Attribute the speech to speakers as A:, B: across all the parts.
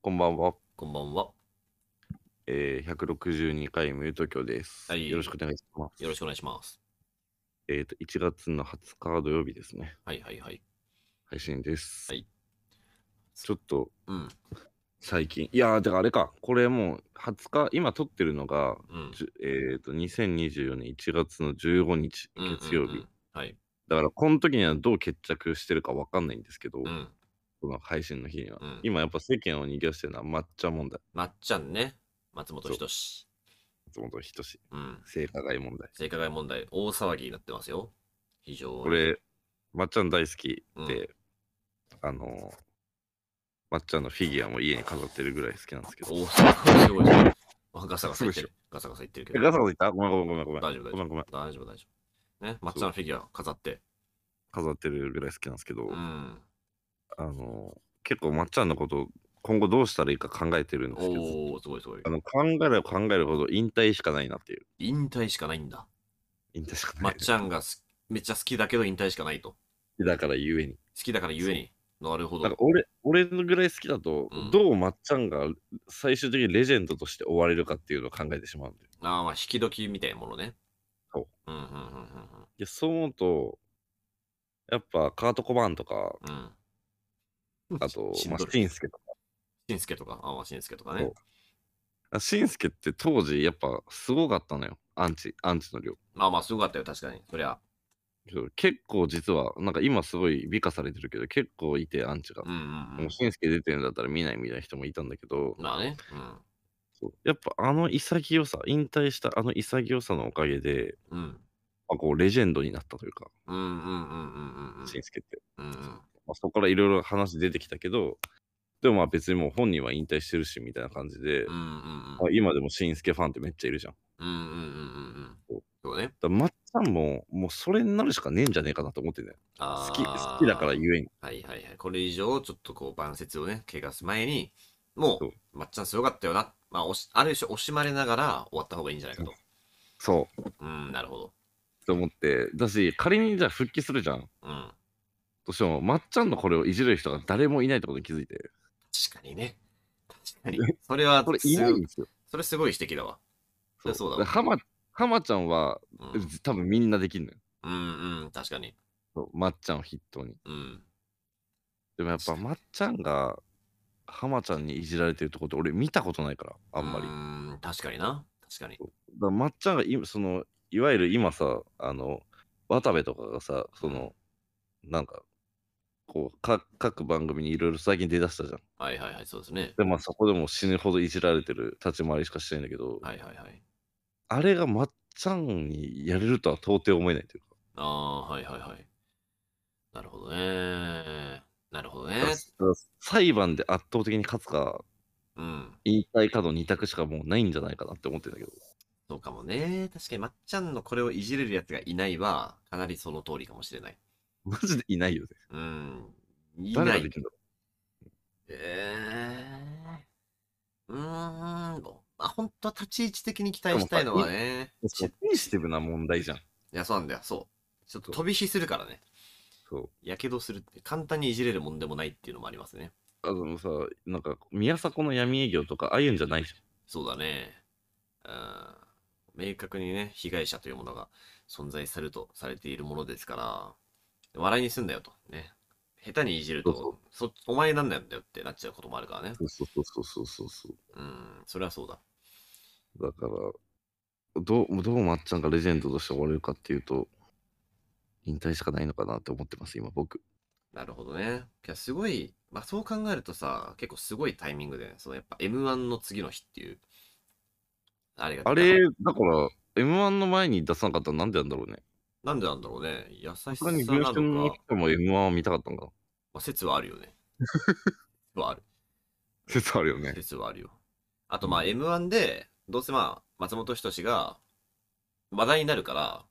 A: こんばんは。
B: こんばんは。
A: えー、162回無東京です。
B: はい
A: よろしくお願いします。
B: よろしくお願いします。
A: えっ、と、1月の20日土曜日ですね。
B: はいはいはい。
A: 配信です。
B: はい
A: ちょっと
B: うん。
A: 最近。いやー、だからあれか。これもう20日、今撮ってるのが、
B: うん。
A: じゅえっ、と、2024年1月の15日、月曜日。
B: うんうんうんはい。
A: だから、この時にはどう決着してるかわかんないんですけど、
B: うん。
A: この配信の日には。
B: うん
A: 今やっぱ世間を賑わしてるのは抹茶問題。
B: まっちゃんね。松本人志。
A: 松本人志、
B: うん。
A: 性加害問題。
B: 性加害問題、大騒ぎになってますよ。非常に。
A: これ、まっちゃん大好き
B: うん
A: で、あのー、まっちゃんのフィギュアも家に飾ってるぐらい好きなんですけど。
B: 大騒ぎ。すごいじゃん。あガサガサ言
A: すご
B: って
A: いでしょ
B: る。ガサガサ言ってるけ
A: え
B: ど。
A: ガサガサ言ったごめんごめんごめんごめん。
B: 大丈夫大丈夫
A: ごめんごめん。
B: 大丈夫大丈夫。ね。まっちゃんのフィギュア飾って。
A: 飾ってるぐらい好きなんですけど、
B: うん。
A: あのー、結構まっちゃんのこと、今後どうしたらいいか考えてるんですけど、
B: おおすごいすごい
A: あ。の考えれば考えるほど引退しかないなっていう。
B: 引退しかないんだ。
A: 引退しかな
B: ま
A: い
B: っ。ちゃんがすめっちゃ好きだけど引退しかないと。好
A: だからゆえに。
B: きだからゆえに。なるほ
A: なんか
B: ど。
A: 俺俺のぐらい好きだと、
B: うん
A: どうまっちゃんが最終的にレジェンドとして終われるかっていうのを考えてしまうんで。
B: ああ、まあ、引き時みたいなものね。。
A: そう
B: うんうんうん
A: いや、そう思うと、やっぱカート・コバーンとか、
B: うんうん。うん。
A: あと、
B: しん
A: まあ、
B: どる
A: シンスケとか。
B: しんすけとか、あ、まあ、しんすけとかね
A: そう。あシンスケって当時、やっぱすごかったのよ。アンチ、アンチの量。
B: まあまあ、すごかったよ、確かに。そりゃ。
A: そう結構実は、なんか今すごい美化されてるけど、結構いて、アンチが
B: う。んうん
A: もうシンスケ出てるんだったら見ないみたいな人もいたんだけど
B: う、ん。まあね。うん。
A: そうやっぱあの潔さ、引退したあの潔さのおかげで、
B: うん。
A: まあ、こうレジェンドになったというか、
B: うんうんうんうんうんうん
A: シンスケって。
B: うんうん。
A: まあ、そこからいろいろ話出てきたけど、でもまあ別にもう本人は引退してるし、みたいな感じで、
B: うんうん
A: まあ、今でもシンスケファンってめっちゃいるじゃん。
B: うん。うんうんうんうんうん。そうね。
A: だからまっちゃんも、もうそれになるしかねえんじゃねえかなと思ってね。
B: あ
A: 好
B: ー
A: き、好きだからゆえに。
B: はいはいはい。これ以上、ちょっとこう、晩節をね、怪我す前に、も
A: そう
B: う、まっちゃんすごかったよな。まあ、おしある種、惜しまれながら終わった方がいいんじゃないかと。
A: そう。
B: うん、なるほど。
A: と思って。だし、仮にじゃあ復帰するじゃん。ど
B: うん。
A: うしても、まっちゃんのこれをいじれる人が誰もいないってことに気づいて。
B: 確かにね。確かに。それは
A: これ
B: す
A: いないんですよ。
B: それすごい指摘だわ。そうそうだ
A: で
B: わ
A: 浜浜ちゃんは、
B: うん、うん、
A: 多分みんなできるのよ
B: うん、確かに。
A: そう。まっちゃんを筆頭に。
B: うん。
A: でもやっぱまっちゃんが、浜ちゃんにいじられてるとこって俺見たことないから、あんまり。
B: う
A: だか
B: ん、確かにな。確かに。
A: らまっちゃんが今、その、いわゆる今さ、あの、渡部とかがさ、その、なんか、こう、か各番組にいろいろ最近出だしたじゃん。
B: はいはいはい、そうですね。
A: で、まあそこでもう死ぬほどいじられてる立ち回りしかしてないんだけど、
B: はいはいはい。
A: あれがまっちゃんにやれるとは到底思えないというか。
B: ああ、はいはいはい。なるほどね。なるほどね
A: だ。から裁判で圧倒的に勝つか、
B: うん。
A: 引退かの2択しかもうないんじゃないかなって思ってるんだけど。
B: そうかもね。確かに、まっちゃんのこれをいじれるやつがいないは、かなりその通りかもしれない。
A: マジでいないよね。
B: うん。い
A: 誰
B: な
A: が
B: い
A: でき。るんだろ
B: えー、うーん、まあ、本当は立ち位置的に期待したいのはね、
A: う。
B: ち
A: セ
B: い
A: ンシティブな問題じゃん。
B: や、そうなんだよ、そう。ちょっと飛び火するからね、
A: そう。
B: やけどするって、簡単にいじれるもんでもないっていうのもありますね。
A: あのさ、なんか、宮迫の闇営業とか、ああいうんじゃないじ
B: そうだね。うん。明確にね、被害者というものが存在するとされているものですから、笑いにすんだよと。ね。下手にいじると、そお前なんだよってなっちゃうこともあるからね。
A: ゃん。そうそうそうそうそうそう。
B: うん、それはそうだ。
A: だから、どう、どうまっちゃんがレジェンドとして終われるかっていうと、引退しかないのかなって思ってます、今、僕。
B: なるほどね。いや、すごい、まあそう考えるとさ、結構すごいタイミングで、そのやっぱ M1 の次の日っていう、あれが、
A: あれ、だから、M1 の前に出さなかったらなんでなんだろうね。
B: なんでなんだろうね。優しさ
A: さ
B: な
A: すがに、
B: の
A: 文
B: か、
A: 春の人も M1 を見たかったんかな。
B: まあ、説はあ るよね。説はある。
A: 説あるよね。
B: 説はあるよ。あとまあ M1 で、どうせまあ、松本人志が話題になるから、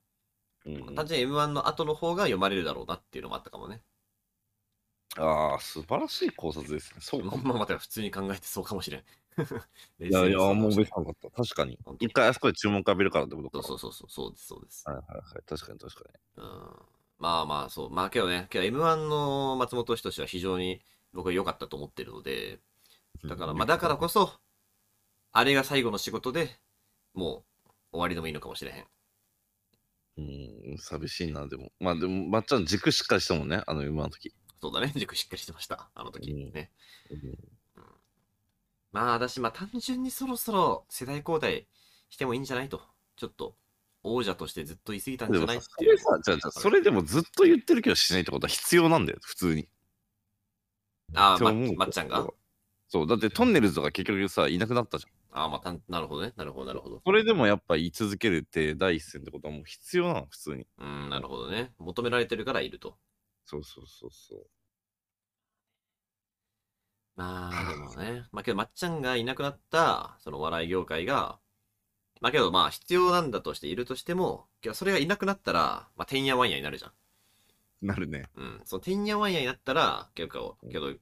A: うん
B: 単純に M1 の後の方が読まれるだろうなっていうのもあったかもね。
A: ああ、素晴らしい考察ですね。そう
B: ま
A: か
B: あ
A: も。
B: まあまた普通に考えてそうかもしれん。
A: いやいや、もう別
B: に
A: になかった。確かに
B: 本。当
A: 一回あそこで注文浴びるからってこと
B: そう
A: か。
B: そうそうそう、そうです、そうです。
A: はいはいはい。確かに確かに。
B: うんまあまあそう。まあけどね、けど M1 の松本人志は非常に僕は良かったと思ってるので、だから、まあだからこそ、あれが最後の仕事でもう終わりでもいいのかもしれへん。
A: うん、寂しいな、でも。まあでも、まっちゃん軸しっかりしたもんね、あの馬の時。
B: そうだね、 塾しっかりしてました、あの時。
A: うん
B: ね。まあ私、まあ単純にそろそろ世代交代してもいいんじゃないと。ちょっと、王者としてずっと言い過ぎたん
A: で
B: じゃ
A: も
B: ない
A: さ
B: っ
A: そ
B: てい
A: れ
B: う。
A: さ、じゃあじゃあそれでもずっと言ってるけどしないってことは必要なんだよ、普通に。
B: あ
A: っ
B: あ、
A: て
B: ま
A: 思う
B: まっちゃんが
A: そう、だってトンネルズとか結局さ、いなくなったじゃん。
B: ああ、まあたん、なるほどね。なるほど、なるほど。
A: それでもやっぱ言い続けるって第一線ってことはもう必要なの、普通に。
B: うん、なるほどね。求められてるからいると。
A: そうそうそうそう。
B: まあ、でもね。まあけど、まっちゃんがいなくなった、そのお笑い業界が、まあけど、まあ必要なんだとしているとしても、けどそれがいなくなったら、まあ、てんやわんやになるじゃん。
A: なるね。
B: うん。そのてんやわんやになったら、けど、けど、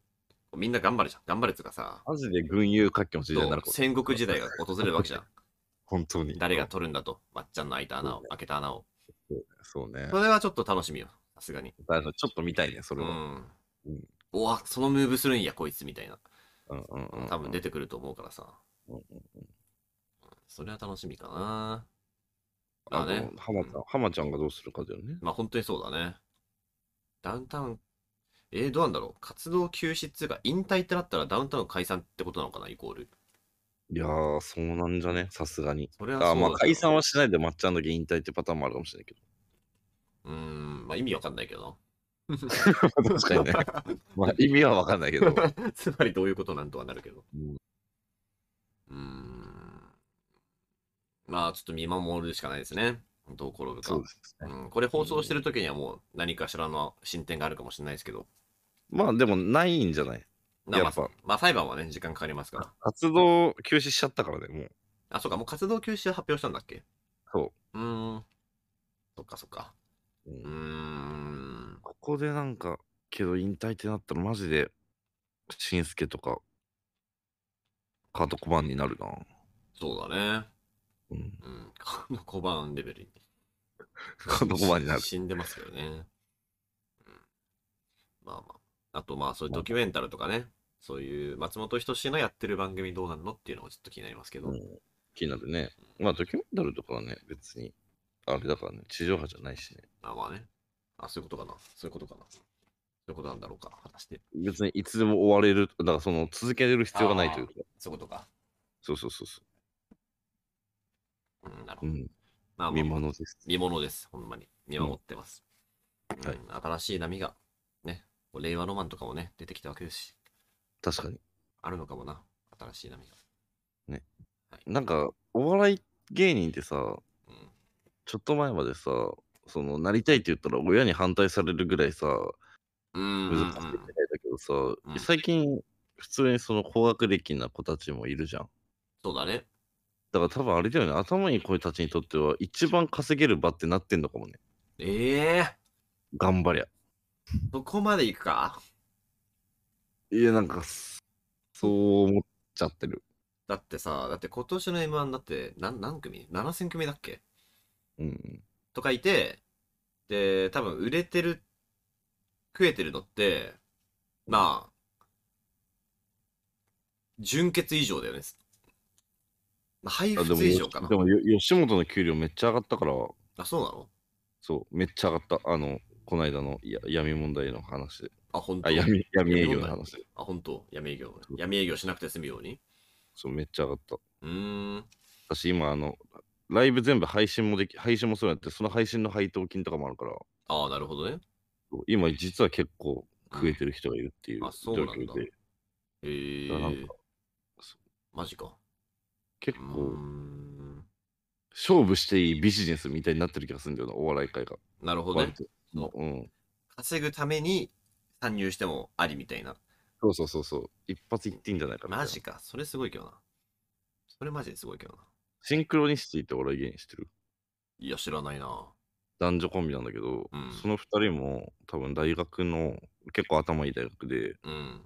B: みんな頑張るじゃん。頑張るっていうかさ、
A: マジで群雄割拠の時代になる
B: そ
A: こ
B: う
A: と。
B: 戦国時代が訪れるわけじゃん。
A: 本当に。
B: 誰が取るんだと、まっちゃんの開いた穴を、開けた穴を。
A: そうね。
B: それはちょっと楽しみよ、さすがに。
A: だからちょっと見たいね、そうれは。
B: ん
A: うん。
B: おわ、そのムーブするんや、こいつみたいな。
A: うんうんうんうん
B: 多分出てくると思うからさ。
A: うんうん
B: それは楽しみかな。
A: あ
B: だね
A: の、。浜ちゃん、浜ちゃんがどうするかだよね。
B: まあ本当にそうだね。ダウンタウン、えー、どうなんだろう。活動休止っていうか、引退ってなったらダウンタウン解散ってことなのかな、イコール。
A: いやー、そうなんじゃね、さすがに。
B: それはそうだ
A: あ
B: けど
A: まあ、解散はしないで、まっちゃんだけ引退ってパターンもあるかもしれない けど。
B: うーん、まあ意味わかんないけど
A: 確かにね。まあ、意味はわかんないけど。う
B: な。 つまりどういうことなんとはなるけど。
A: ん
B: うーん。まあ、ちょっと見守るしかないですね。どう転ぶか。
A: そう
B: う
A: ですね。
B: ん、これ放送してる時にはもう何かしらの進展があるかもしれないですけど。
A: まあ、でも、ないんじゃない
B: まあ
A: やっぱ
B: まあ、裁判はね、時間かかりますから。
A: 活動休止しちゃったからね、もう。
B: あ、そうか、もう活動休止は発表したんだっけ
A: そう
B: ーん。そっかそっか。
A: う。
B: うーん。
A: ここでなんか、けど引退ってなったら、マジで、しんすけとか、カート小判になるな。
B: そうだね。
A: うん。
B: うん。 この小判レ ベルに。
A: カート小判になる。
B: 死んでますけどね。うんまあまあ。あとまあ、そういうドキュメンタルとかね。そういう松本人志のやってる番組どうなるのっていうのもちょっと気になりますけど。
A: うん気になるね。まあ、ドキュメンタルとかはね、別に、あれだからね、地上波じゃないしね。
B: まあまあね。あ、そういうことかな。そういうことかな。そういうことなんだろうか。果たして。
A: 別にいつでも終われる、だからその続ける必要がないというか。
B: そういうことか。
A: そうそうそうそ
B: うん、なるほ
A: う。う
B: ど。
A: ん。
B: まあまあ
A: 見ものです。
B: 見ものです。ほんまに。見守ってます。
A: んはい
B: うん新しい波が、ね。こう令和ロマンとかもね、出てきたわけですし。
A: 確かに。
B: あるのかもな。新しい波が。
A: なんか、お笑い芸人ってさ、
B: うん。
A: ちょっと前までさ、その、なりたいって言ったら親に反対されるぐらいさ、
B: うんう
A: 難
B: ん
A: しいみたいだけどさ、
B: うん
A: 最近、普通にその高学歴な子たちもいるじゃん。
B: そうだね。
A: だから多分あれだよね、頭いい子たちにとっては一番稼げる場ってなってんのかもね。
B: ええ
A: 頑張りゃ。
B: そこまで行くか
A: いや、なんか、そそう思っちゃってる。
B: だってさ、だって今年の M1 だって何何組 ?7000 組だっけ
A: うん。
B: とかいて、で、多分売れてる、食えてるのって、まあ、純血以上だよね。まあ、配
A: あでも
B: 布以上かな
A: で。もよ吉本の給料めっちゃ上がったから、
B: あ、そうなの
A: そう、めっちゃ上がった。あの、この間のや闇問題の話で。
B: あ、本当
A: あ、闇闇営業
B: 闇問
A: の
B: 題
A: 話で。
B: あ、本当闇営業。闇営業しなくて済むように。
A: そう、めっちゃ上がった。
B: うーん。
A: 私今、あの、ライブ全部配信もでき、配信もそうやって、その配信の配当金とかもあるから、
B: ああ、なるほどね。
A: そう今実は結構食えてる人がいるっていう
B: うんあ
A: 状
B: そうなんだ
A: 況で、
B: へえ
A: だからなんかそ
B: マジか。
A: 結
B: うー
A: 構
B: ん。
A: 勝負していいビジネスみたいになってる気がするんだよな、お笑い界が。
B: なるほどね
A: 割。とうん。
B: 稼ぐために参入してもありみたいな。
A: そうそうそうそう。一発いっていいんじゃないかみたいな
B: マジか。それすごいけどな。それマジですごいけどな。
A: シンクロニシティってお笑い芸人してる
B: いや、知らないな。
A: 男女コンビなんだけど、
B: うん
A: その二人も多分大学の結構頭いい大学で
B: うん。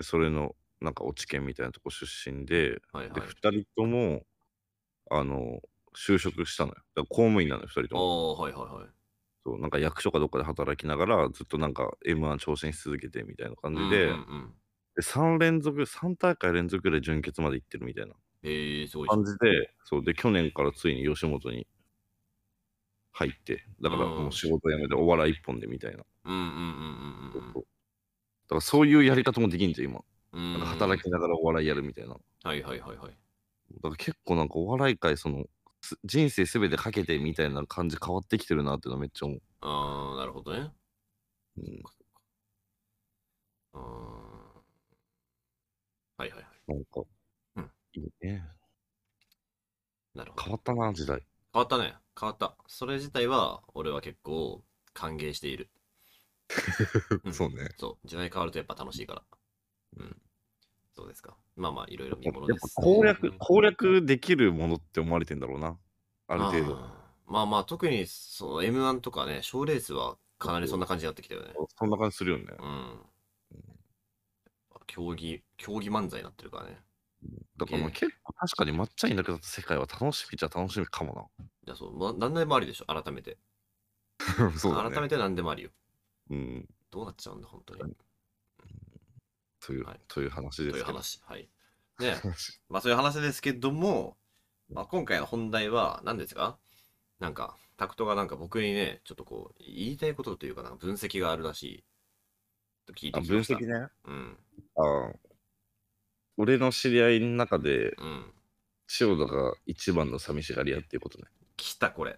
A: それのなんか落ち研みたいなとこ出身で,、
B: はいは
A: で。
B: い
A: 二人ともあの就職したのよだから公務員なのよ二人と
B: あ
A: も
B: あ、はいはいはい。
A: そうなんか役所かどっかで働きながらずっとなんか m 1挑戦し続けてみたいな感じで、
B: うんうんうん
A: で3連続、3大会連続ぐらい準決まで行ってるみたいな
B: へえ、すごい。
A: 感じで、そうで、去年からついに吉本に入って、だからもう仕事辞めてお笑い一本でみたいな。
B: うんうん
A: そうそうだからそういうやり方もできんじゃん、今。
B: うんうんう
A: なん
B: ん。
A: か働きながらお笑いやるみたいな。だ
B: き。はいはいはいはい。
A: から結構なんかお笑い界、その、す人生すべてかけてみたいな感じ変わってきてるなっていうのはめっちゃ思う。
B: ああ、なるほどね。
A: うん
B: あーはいはいはい。
A: なんか、
B: うん
A: いいね。
B: なるほど。
A: 変わったな、時代。
B: 変わったね。変わった。それ自体は、俺は結構歓迎して いる。うん
A: そうね。
B: そう。時代変わるとやっぱ楽しいから。うん。そうですか。まあまあ、いろいろ見
A: やっ
B: ものです
A: ぱ。攻
B: う
A: 略
B: ん、
A: 攻略できるものって思われてんだろうな。ある程度。
B: あーまあまあ、特に、そう、M1 とかね、賞レースはかなりそんな感じになってきたよね。
A: そんな感じするよね。
B: うん。競技、競技漫才になってるからね。
A: だからまあ
B: うん
A: 結構確かに抹茶いなくなった世界は楽しみじゃ楽しみかも
B: じゃあそう、ま、何でもありでしょ、改めて。
A: な。 そうだね。
B: 改めて何でもありよ。
A: うん。
B: どうなっちゃうんだ、本当に。
A: という、
B: はい
A: という話です
B: と
A: け
B: い
A: ど。
B: う話。はい。ねえ
A: 話
B: まあそういう話ですけども、まあ、今回の本題は何ですかなんか、タクトがなんか僕にね、ちょっとこう、言いたいことというか、なんか分析があるらしい。と聞い て
A: あ
B: き
A: 分
B: ました。
A: 析ね。
B: うん。
A: あ俺の知り合いの中で、
B: うん。
A: 千代田が一番の寂しがり屋っていうことね。
B: 来た、これ。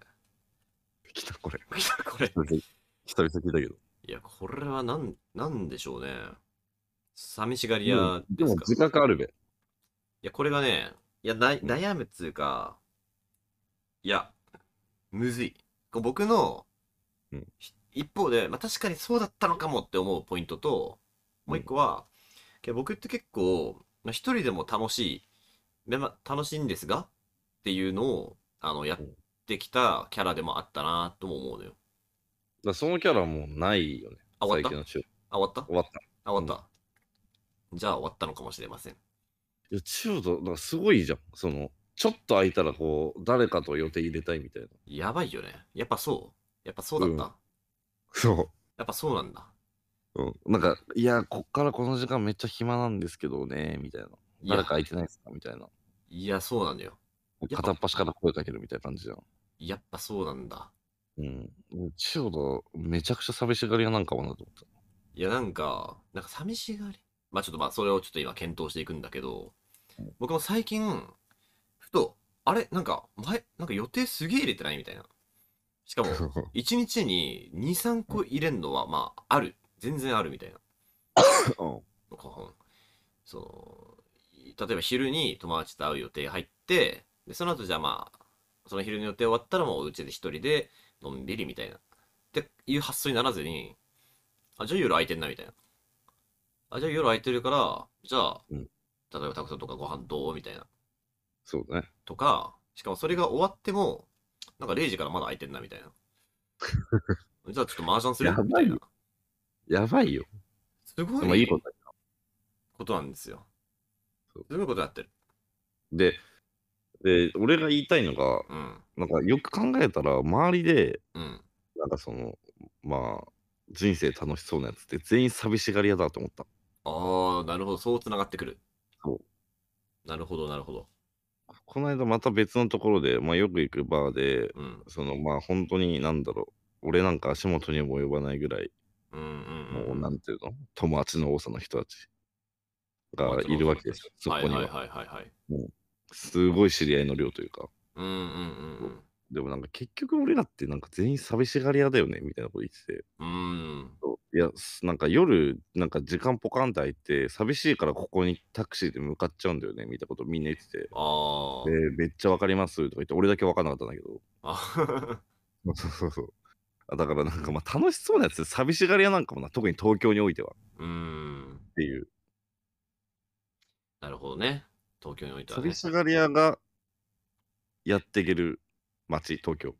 A: 来た、これ。
B: 来た、これ。
A: 久々聞いたけど。
B: いや、これはなん、なんでしょうね。寂しがり
A: でも
B: 屋
A: で
B: で
A: も
B: すか。
A: 自覚あるべ。
B: いや、これがね、いや、な
A: うん
B: 悩むっつうか、いや、むずい。こう僕の、
A: うん
B: ひ一方で、まあ、確かにそうだったのかもって思うポイントと、もう一個は、いや僕って結構、まあ、一人でも楽しい、でまあ楽しいんですがっていうのを、あの、やってきたキャラでもあったなとも思うの
A: だ
B: よ。
A: からそのキャラはもうないよね。
B: あ、
A: 最
B: 終わっ
A: 近
B: た
A: の千代
B: あ、終わった
A: 終わった。
B: あ、終わった、じゃあ終わったのかもしれません。
A: いや、千代田、だからすごいじゃん。その、ちょっと空いたらこう、誰かと予定入れたいみたいな。
B: やばいよね。やっぱそうやっぱそうだった、
A: うんそう。
B: やっぱそうなんだ。
A: うん、なんか、いや、こっからこの時間めっちゃ暇なんですけどね、みたいな。
B: いや
A: 誰か空いてないですかみたいな。
B: いや、そうなんだよ。やっぱ
A: 片っ端から声かけるみたいな感じじゃん。
B: やっぱそうなんだ。
A: うん。千代田、めちゃくちゃ寂しがり屋なんかもなと思った。
B: いや、なんか、なんか寂しがり。まあちょっとまあ、それをちょっと今検討していくんだけど、僕も最近、ふと、あれなんか、前、なんか予定すげえ入れてないみたいな。しかも、1日に2、3個入れんのは、まあ、ある。全然あるみたいな。 なんかその、例えば昼に友達と会う予定入って、で、その後じゃあまあ、その昼の予定終わったらもううちで一人でのんびりみたいな。っていう発想にならずに、あ、じゃあ夜空いてんなみたいな。あ、じゃあ夜空いてるから、じゃあ、
A: うん
B: 例えばタクトとかご飯どうみたいな。
A: そうね。
B: とか、しかもそれが終わっても、なんか0時からまだ空いてんなみた いな。じゃあちょっと麻雀する
A: やばい
B: みたいな。
A: やばいよ。
B: すご
A: でもい
B: い
A: いことだよ
B: ことなんですよ
A: そう。
B: すごいことやってる。
A: で、で、俺が言いたいのが、
B: うん。
A: なんかよく考えたら、周りで、
B: うん。
A: なんかその、まあ、人生楽しそうなやつって全員寂しがり屋だと思った。
B: ああ、なるほど。そうつながってくる。
A: そ
B: なるほど、なるほど。
A: この間また別のところで、まあよく行くバーで、
B: うん。
A: そのまあ本当になんだろう俺なんか足元にも及ばないぐらい、
B: うんうん
A: も
B: う。
A: うんなんていうの友達の多さの人たちがいるわけですよそこ
B: はい
A: には,、
B: はいはいはいはい。
A: すごい知り合いの量というか
B: うんうん
A: でもなんか結局俺らってなんか全員寂しがり屋だよねみたいなこと言ってて
B: うんうん。うん。
A: そういやすなんか夜なんか時間ポカンって空いて寂しいからここにタクシーで向かっちゃうんだよねみたいなことみんな言ってて
B: あ
A: でめっちゃわかりますとか言って俺だけわかんなかったんだけど
B: あ。あ
A: そうそうそうあだからなんかまあ楽しそうなやつ寂しがり屋なんかもな特に東京においては
B: うん。
A: っていう。
B: なるほどね。東京においてはね
A: 寂。しがり屋がやっていける街、東京。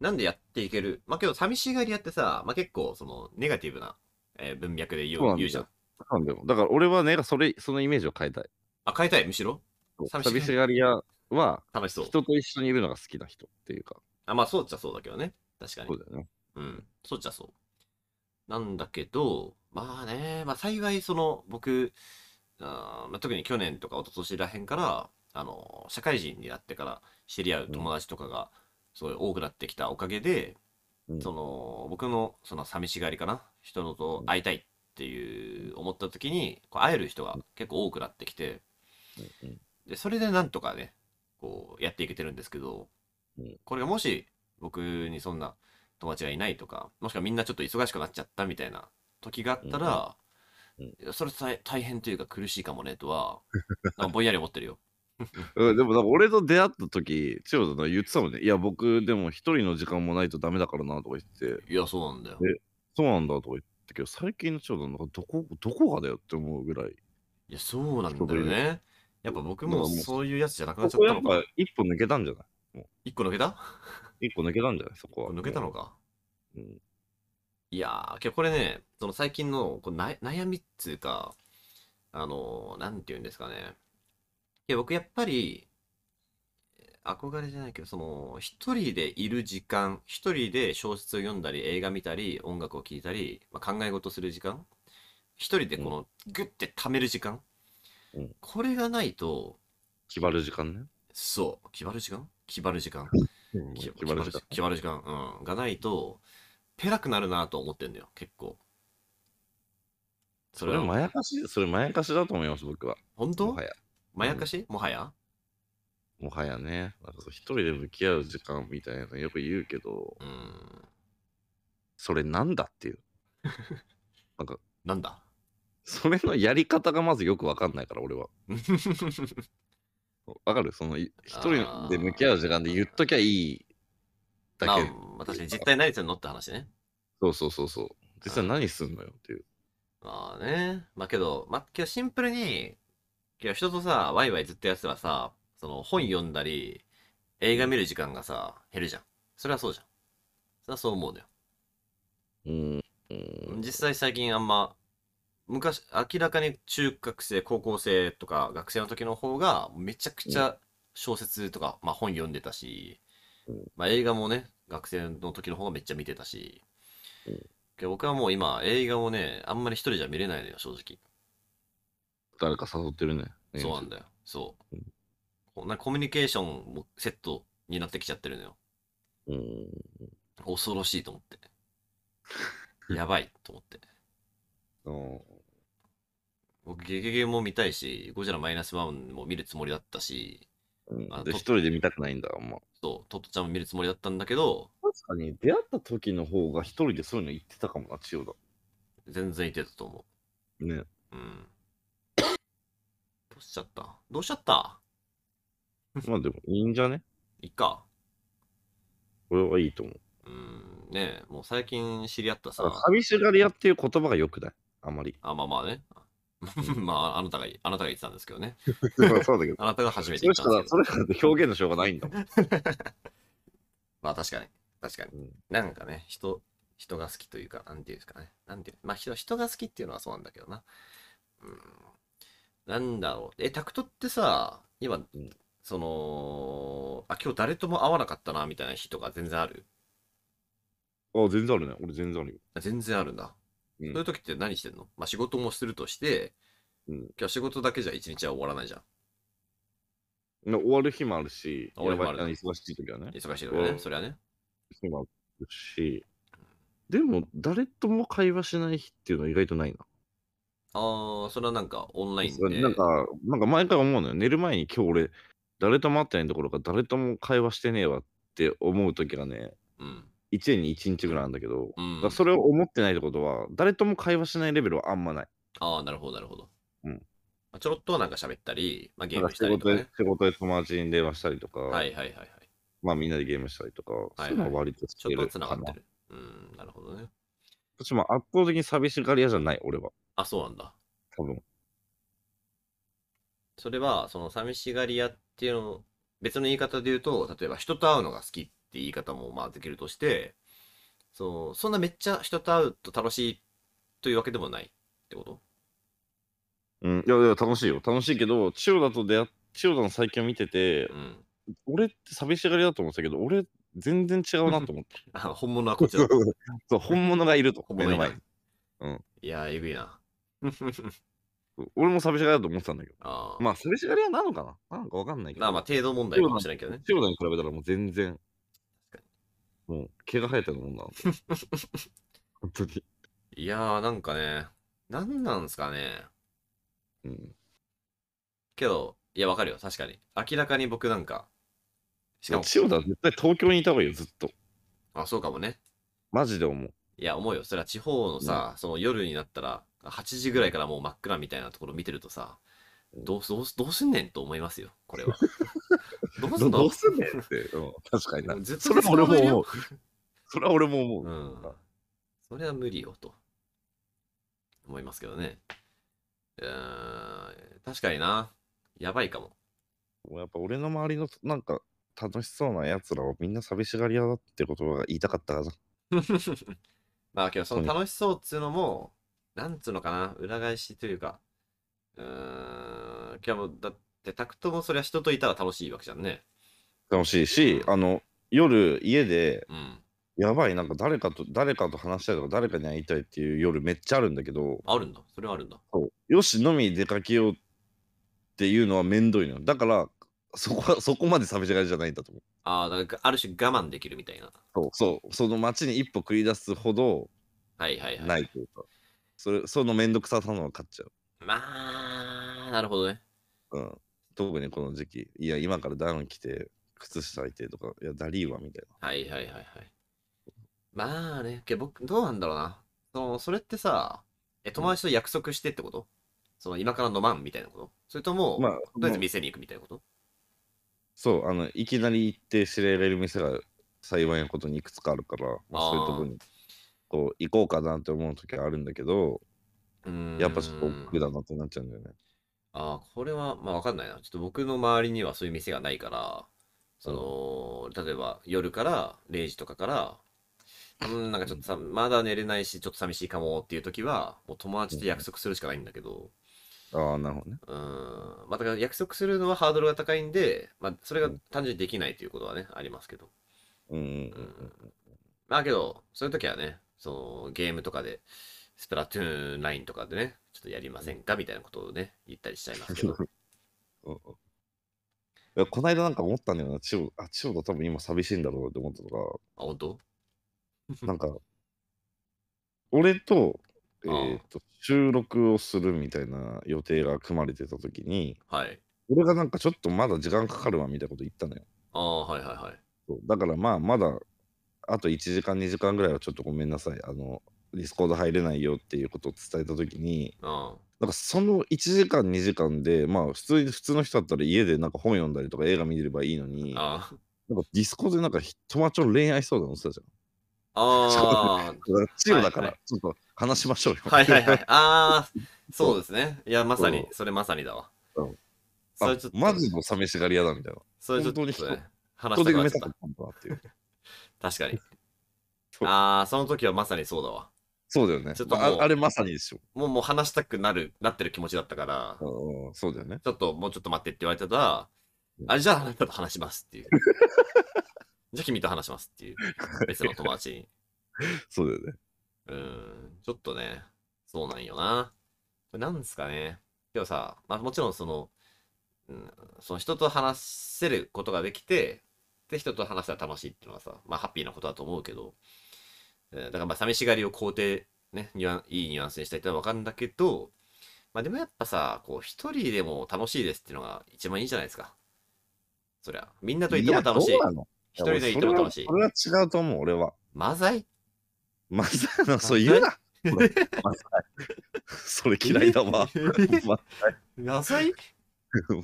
B: なんでやっていけるまあけど、寂しがり屋ってさ、まあ結構、その、ネガティブな、えー文脈で言
A: そうなん
B: う
A: だ
B: 言うじゃん。
A: なんだよだから俺はね、それ、そのイメージを変えたい。
B: あ、変えたい、むしろ寂
A: 寂
B: し
A: しがり屋は
B: 楽しそう。
A: 人と一緒にいるのが好きな人っていうか、
B: あ、まあそうっちゃそうだけどね。確かに
A: そう。だよね。
B: うん。そうっちゃそう。なんだけど、まあね、まあ幸いその僕、あーまあ、特に去年とか一昨年らへんから、あの、社会人になってから知り合う友達とかがすごい多くなってきたおかげで、
A: うん
B: その、僕のその寂しがりかな、人のと会いたいっていう思った時に、こう会える人が結構多くなってきて、
A: うん
B: で、それでなんとかね、こうやっていけてるんですけど
A: うん、
B: これがもし僕にそんな友達がいないとか、もしくはみんなちょっと忙しくなっちゃったみたいな時があったら
A: うんうん、
B: いやそれ大大変というか苦しいかもねとは、なんかぼんやり思ってるよ。
A: うん、でもなんか俺と出会った時千代田が言ってたもんねいや僕でも一人の時間もないとダメだからなとか言ってて
B: いや、そうなんだよ。
A: えそうなんだとか言ってけど最近の千代田なんかどこどこがだよって思うぐらい
B: いや、そうなんだよね。やっぱ僕
A: なん
B: も
A: かもう
B: そういうやつじゃなくなっ
A: こ
B: ちゃっ
A: こ
B: た
A: や
B: の
A: っ
B: か
A: ぱ。一歩抜けたんじゃない
B: 一個抜けた
A: 一歩抜けたんじゃないそこは
B: 抜けたのか。
A: うん
B: いやー、けどこれね、その最近のこうな悩みっつうか、あのー、なんて言うんですかね。いや、僕やっぱり、憧れじゃないけど、その、一人でいる時間、一人で小説を読んだり、映画見たり、音楽を聴いたり、まあ、考え事する時間、一人でこの、ぐって溜める時間
A: うん、
B: これがないと、
A: 決まる時間ね
B: そう、決まる時間決まる時間き
A: 決まる時間
B: 決まる時間、うん、がないと、ペラくなるなと思ってんだよ、結構。そ
A: そ
B: れ
A: れ
B: は、
A: まやかしそれまやかしだと思います僕は
B: 本
A: も
B: 当
A: はや
B: まやかしもはや
A: もはやねなんかそう一人で向き合う時間みたいなのよく言うけど
B: うん、
A: それなんだっていうなんか
B: なんだ
A: それのやり方がまずよくわかんないから俺は わかるそのい一人で向き合う時間で言っときゃいいだ
B: まあ
A: け、
B: 私実際何するのって話ね。
A: そうそうそうそう実際何すんのよっていう
B: まあね、まあけど、まあけどシンプルに、けど人とさ、ワイワイずっとやってたらさ、その本読んだり、映画見る時間がさ、減るじゃん。それはそうじゃん。それはそう思うのよ。
A: うんうん
B: 実際最近あんま昔明らかに中学生高校生とか学生の時の方がめちゃくちゃ小説とか、まあ、本読んでたし、
A: うん
B: まあ、映画もね学生の時の方がめっちゃ見てたし、
A: うん
B: けど僕はもう今映画もねあんまり一人じゃ見れないのよ正直
A: 誰か誘ってるね
B: そうなんだよそう、
A: うん
B: こんなコミュニケーションもセットになってきちゃってるのよ
A: うん
B: 恐ろしいと思 ってやばいと思って
A: うん
B: 僕、ゲゲゲも見たいし、ゴジラマイナスワンも見るつもりだったし、
A: うん
B: あ
A: で
B: と
A: 一人で見たくないんだあんま
B: そう、トットちゃんも見るつもりだったんだけど、
A: 確かに出会った時の方が一人でそういうの言ってたかもな千代
B: 全然いてたと思
A: 田ね
B: う。うん。どうしちゃったどうしちゃった
A: まあでもいいんじゃね
B: いっか。
A: 俺はいいと思う
B: うん、ねえ、もう最近知り合った
A: ただ
B: さ、
A: 寂しがり屋っていう言葉がよくないあまり
B: あ、まあまあね。 まあ、あなたが、あなたが言ってたんですけどね。
A: そうそうだけど
B: あなたが初めて
A: そ
B: 言
A: れ
B: っ
A: したか
B: んです
A: ら
B: け
A: そ
B: ど。
A: れしか表現のしようがないんだもん、
B: まあ確かに、確かに。なんかね、人、人が好きというか、なんていうんですかね。なんていう、まあ人、人が好きっていうのはそうなんだけどな。うん。なんだろう。え、タクトってさ、今、
A: ん
B: その、あ、今日誰とも会わなかったな、みたいな日とか全然ある
A: あ全然あるね俺全然あるよ
B: あ全然あるんだ。
A: うん
B: そういう時って何してんのまあ仕事もするとして、
A: うん
B: 今日は仕事だけじゃ一日は終わらないじゃん。
A: な終わる日もあるし、
B: 終わる日もある
A: やばい忙しい時はね。
B: 忙しいのよ
A: う
B: ね、
A: ん
B: それはね。
A: 日もあるし、でも、誰とも会話しない日っていうのは意外とないな。
B: ああ、それはなんかオンラインで。
A: なんか、なんか毎回思うのよ。寝る前に今日俺、誰とも会ってないどころか、誰とも会話してねえわって思う時がね、
B: うん。
A: 1年に1日ぐらいあるんだけど、
B: う
A: だ
B: ん
A: から。それを思ってないってことは、誰とも会話しないレベルはあんまない。
B: ああ、なるほど、なるほど。
A: うん
B: まあ、ちょろっとはなんか喋ったり、まあ、ゲー
A: な
B: ム
A: んか
B: した
A: 仕
B: りと
A: 事
B: か
A: で
B: ね。
A: 仕事で友達に電話したりとか、
B: はいはいはいはい。
A: まあみんなでゲームしたりとか、そういうのは割とし
B: ちょ
A: て
B: っと
A: るか
B: つな
A: な。
B: がってる。うん、なるほどね。
A: 私も圧倒的に寂しがり屋じゃない、俺は。
B: あ、そうなんだ。
A: 多分。
B: それは、その寂しがり屋っていうの、別の言い方で言うと、例えば人と会うのが好きって言い方もまあできるとして、そう、そんなめっちゃ人と会うと楽しいというわけでもないってこと
A: うん、いやいや、楽しいよ。楽しいけど、千代田と出会っ千代田の最近を見てて
B: う、ん。
A: 俺って寂しがりだと思ってたけど、 俺、全然違うなと思った。
B: あ、本物はこっちだ。
A: そう、本物がいると、
B: 本
A: 目
B: 物
A: の
B: いな
A: 前に。。
B: い
A: うん
B: いやー、えぐいな。
A: 俺も寂しがりだと思ってたんだけど。
B: あー
A: まあ、寂しがりはなのかななんかわかんないけど。
B: まあまあ、程度問題かもしれないけどね。
A: 塩田に比べたらもう全然
B: 確、
A: もう毛が生えたようなも んだな。本当に。
B: いやー、なんかね、なんなんすかね。
A: うん。
B: けど、いや、わかるよ。確かに。明らかに僕なんか、しかも、
A: 塩田は絶対東京にいた方がいいよ、ずっと。
B: あ、そうかもね。
A: マジで思う。
B: いや、思うよ。それは地方のさ、その夜になったら、8時ぐらいからもう真っ暗みたいなところ見てるとさ、
A: うん
B: どうす、どうす、どうすんねんと思いますよ、これ は。どうす
A: ど
B: んの
A: どうすんねんって。うん確かにな。
B: ずっと
A: それは俺も思う
B: ずっと。
A: それは俺も思う。
B: うん。それは無理よ、と。思いますけどね。うーん、確かにな。やばいかも。
A: もうやっぱ俺の周りのなんか楽しそうなやつらはみんな寂しがり屋だってことが言いたかったからさ。
B: まあけど、その楽しそうっつうのも、なんつうのかな、裏返しというか、うーん、今日も、だって、タクトもそりゃ人といたら楽しいわけじゃんね。
A: 楽しいし、あの、夜家で、
B: うん。
A: やばい、なんか誰かと、誰かと話したいとか、誰かに会いたいっていう夜めっちゃあるんだけど、
B: あるんだ。それはあるんだ。
A: よしのみ出かけようっていうのはめんどいのよ。だから、そこは、そこまで寂しがりじゃないんだと思う。
B: ああ、だから、ある種我慢できるみたいな。
A: そう。そう。その街に一歩繰り出すほど
B: はいはいはい。
A: ないというか、それ、そのめんどくささのは勝っちゃう。
B: まあ、なるほどね。
A: うん。特にこの時期、いや、今からダウン着て、靴下履いてとか、いや、ダリーはみたい
B: はいはいはいはい。まあね、けど僕、どうなんだろうな。その、それってさ、え、友達と約束してってことその、今から飲まんみたいなことそれとも、
A: な。まあ、
B: とりあえ
A: も
B: ず
A: う
B: 店に行くみたいなこと
A: そう、あの、いきなり行って知られる店が幸いなことにいくつかあるから、まあ、
B: あー
A: そういうとこに、こう、行こうかなって思う時はあるんだけど、
B: うーん
A: やっぱちょっと億劫だなってなっちゃうんだよね。
B: ああ、これは、まあわかんないな。ちょっと僕の周りにはそういう店がないから、その、例えば夜から0時とかから、うん、なんかちょっとさ、まだ寝れないし、ちょっと寂しいかもっていう時は、もう友達と約束するしかないんだけど、
A: ああ、なるほどね。
B: うん、まあだから約束するのはハードルが高いんで、まあそれが単純にできないということはね、ありますけど。
A: うんうん
B: う
A: うん
B: ん。まあけど、そういう時はね、そのゲームとかで、スプラトゥーン9とかでね、ちょっとやりませんかみたいなことをね、言ったりしちゃいますけ ど。
A: うんうん。いやこないだなんか思ったんだよな、千代あ、千代田多分今寂しいんだろうなって思ったと
B: あ、本当
A: か、なんか、俺と、え
B: あー
A: ーと、収録をするみたいな予定が組まれてた時に、
B: はい。
A: 俺がなんかちょっとまだ時間かかるわみたいなこと言ったのよ。
B: ああ、はいはいはい。
A: そうだからまあ、まだ、あと1時間、2時間ぐらいはちょっとごめんなさい。あの、ディスコード入れないよっていうことを伝えた時に、
B: あ
A: なんかその1時間2時間でまあ普通に普通の人だったら家でなんか本読んだりとか映画見てればいいのになんか
B: あ。
A: ディスコでなんか友達の恋愛相談をしてたじ
B: ああ。
A: ゃん。だからチヨだか
B: は
A: らちょっと話しましょうよ。
B: はいはいはい。ああ、そうですね。いや、まさに、それまさにだわ
A: うん。
B: それちょっと、
A: あマジの寂しがり屋だみたいな。
B: それちょっと、
A: 本当に
B: ね、話
A: 人で
B: し
A: 埋
B: たくなっ
A: め
B: ち
A: たか
B: ゃっ
A: ったんだなっていう。
B: た。確かに。
A: そう
B: ああ、その時はまさにそうだわ。
A: そうだよね
B: ちょっ。と
A: ま
B: もう
A: ああ、あれまさにでしょ。
B: もう、もう話したくなる、なってる気持ちだったから、
A: うんそうだよね。
B: ちょっと、もうちょっと待ってって言われたら
A: う、ん
B: あれじゃあ、あなたと話しますっていう。じゃあ、君と話しますっていう。別の友達に。
A: そうだよね。
B: うーん、ちょっとね、そうなんよな。これなんですかね。けどさ、まあもちろんその、うん、その人と話せることができて、で、人と話したら楽しいっていうのはさ、まあハッピーなことだと思うけど、えーだからまあ寂しがりを肯定、ね、ニュアンいいニュアンスにしたいってのはわかるんだけど、まあでもやっぱさ、こう一人でも楽しいですっていうのが一番いいじゃないですか。そりゃ、みんなといても楽しい。
A: やどうなの
B: 一人でいても楽しい
A: や。俺それはそれは違うと思う、俺は。
B: マザ イ
A: まさかの、そう言う な。ほらマサイそれ嫌いだわ。マ
B: マザイ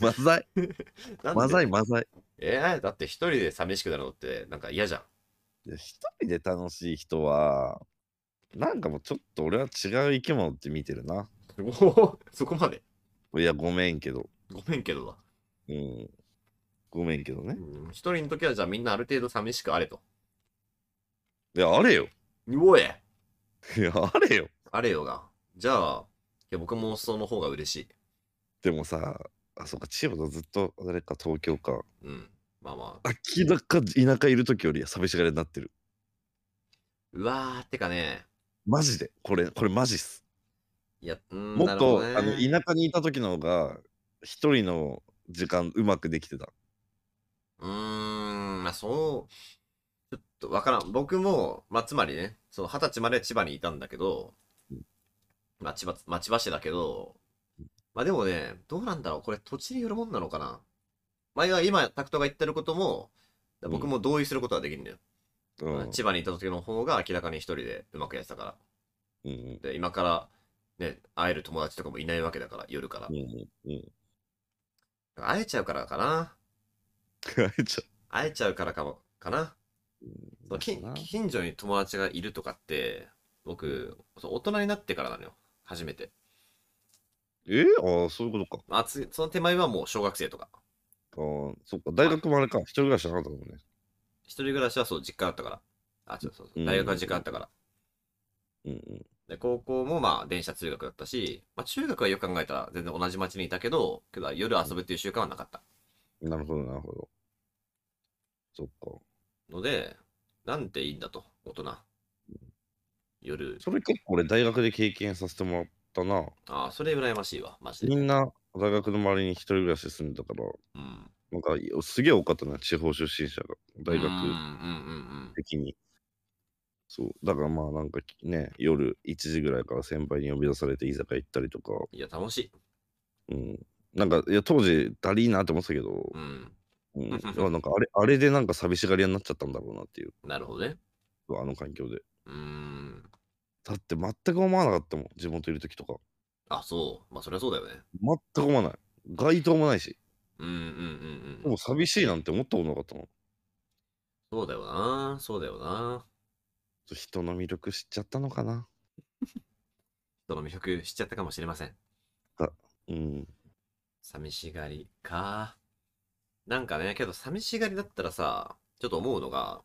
A: マザイ、
B: なんで
A: マザイ、マザイ。
B: えー、だって一人で寂しくなるのってなんか嫌じゃん。
A: いや一人で楽しい人は、なんかもうちょっと俺は違う生き物って見てるな。
B: そこまで。
A: いや、ごめんけど。
B: ごめんけどだ。
A: うん。ごめんけどね。
B: うん一人の時はじゃあみんなある程度寂しくあれと。
A: いや、あれよ。
B: おえ
A: いや、あれよ。
B: あれよが。じゃあ、いや僕もその方が嬉しい。
A: でもさ、あ、そうか、千代田ずっと誰か東京か。
B: うん。まあまあ。
A: 明らか田舎いる時より寂しがりになってる。
B: うわー、てかね、
A: マジで、これ、これマジっす。
B: いや、うーん
A: も
B: な
A: っ
B: るほ
A: と、
B: どね
A: あの田舎にいた時の方が、一人の時間うまくできてた。
B: うーん、まあそう、ちょっとわからん。僕も、まあつまりね、その二十歳まで千葉にいたんだけど
A: うん、
B: まあ千葉、まあ千葉市だけど、まあでもね、どうなんだろう。これ土地によるもんなのかな。前は今、タクトが言ってることも、
A: ん
B: 僕も同意することはできるんだよ。
A: うん。
B: 千葉にいた時の方が明らかに一人でうまくやってたか
A: うんうん
B: ら。で、今から、ね、会える友達とかもいないわけだから、夜から
A: うん。うんうん。
B: 会えちゃうからかな。
A: 会え ちゃ
B: 会えちゃうからかも、かな。
A: う。
B: そう近
A: だな
B: 近所に友達がいるとかって僕そう大人になってからなのよ初めて、
A: えああ、そういうことか。
B: まあ、つその手前はもう小学生とか
A: ああ、そっか。大学もあれか。一人暮らしじゃなかったもんね。
B: 一人暮らしはそう実家だったからあ違うそうそう
A: うん
B: 大学は実家だったから、
A: うんうん。
B: で高校もまあ電車通学だったし、まあ、中学はよく考えたら全然同じ町にいたけどけど夜遊ぶっていう習慣はなかった
A: なるほど、なるほど。そっか。
B: のでなんていいんだと大人夜
A: それ結構俺、大学で経験させてもらったな。
B: ああそれ羨ましいわマジ
A: み
B: で
A: んな、大学の周りに一人暮らし住んでたから、
B: うん
A: なんか、すげえ多かったな、地方出身者が、大
B: うんうんうんう
A: 学
B: ん
A: 的に。そう。だからまあ、なんかね、夜1時ぐらいから先輩に呼び出されて居酒屋行ったりとか、
B: いや楽しい
A: うん。なんか、いや、当時、だりーなって思ってたけど、
B: うん
A: うん。だからなんか、あれ、あれでなんか寂しがり屋になっちゃったんだろうなっていう、
B: なるほどね
A: あの環境で。
B: うん
A: だって全く思わなかったもん、地元いる時とか。
B: あ、そう。まあ、そりゃそうだよね。
A: 全く思わない。街灯もないし、
B: うんうんうんう
A: も
B: ん。
A: う寂しいなんて思ったことなかったもん。
B: そうだよな。そうだよな。
A: 人の魅力知っちゃったのかな。
B: 人の魅力知っちゃったかもしれません。
A: うん。
B: 寂しがりか。なんかね、けど寂しがりだったらさ、ちょっと思うのが、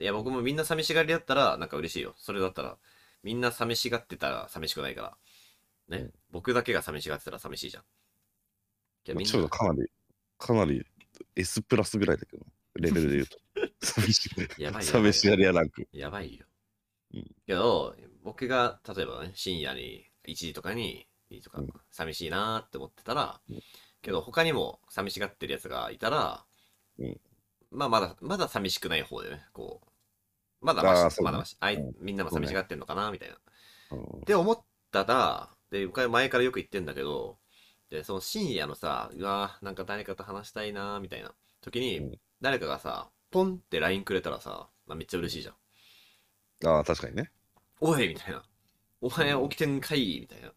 B: いや、僕もみんな寂しがりだったら、なんか嬉しいよ。それだったら、みんな寂しがってたら寂しくないから。ね。僕だけが寂しがってたら寂しいじゃん。いや、みん
A: ちょっ
B: な
A: と、かなり、かなり S プラスぐらいだけど、レベルで言う と。寂しい。
B: やばいやばい
A: 寂しがり屋ランク。
B: やばいよ。
A: うん
B: けど、僕が例えばね、深夜に1時とかに、いいとか
A: うん、
B: 寂しいなーって思ってたら、
A: うん
B: けど他にも寂しがってるやつがいたら、
A: うん
B: まあまだ、まだ寂しくない方でね、こう、まだ
A: あ
B: ま
A: ー
B: し、
A: そうね
B: まだまし、あい、
A: うん
B: みんなも寂しがってんのかな、みたいな。っ
A: うん
B: て思ったら、で、僕は前からよく言ってんだけど、で、その深夜のさ、うわーなんか誰かと話したいなーみたいな時に、
A: うん
B: 誰かがさ、ポンって LINE くれたらさ、まあ、めっちゃ嬉しいじゃん。
A: ああ、確かにね。
B: おいみたいな。お前起きてんかいみたいな。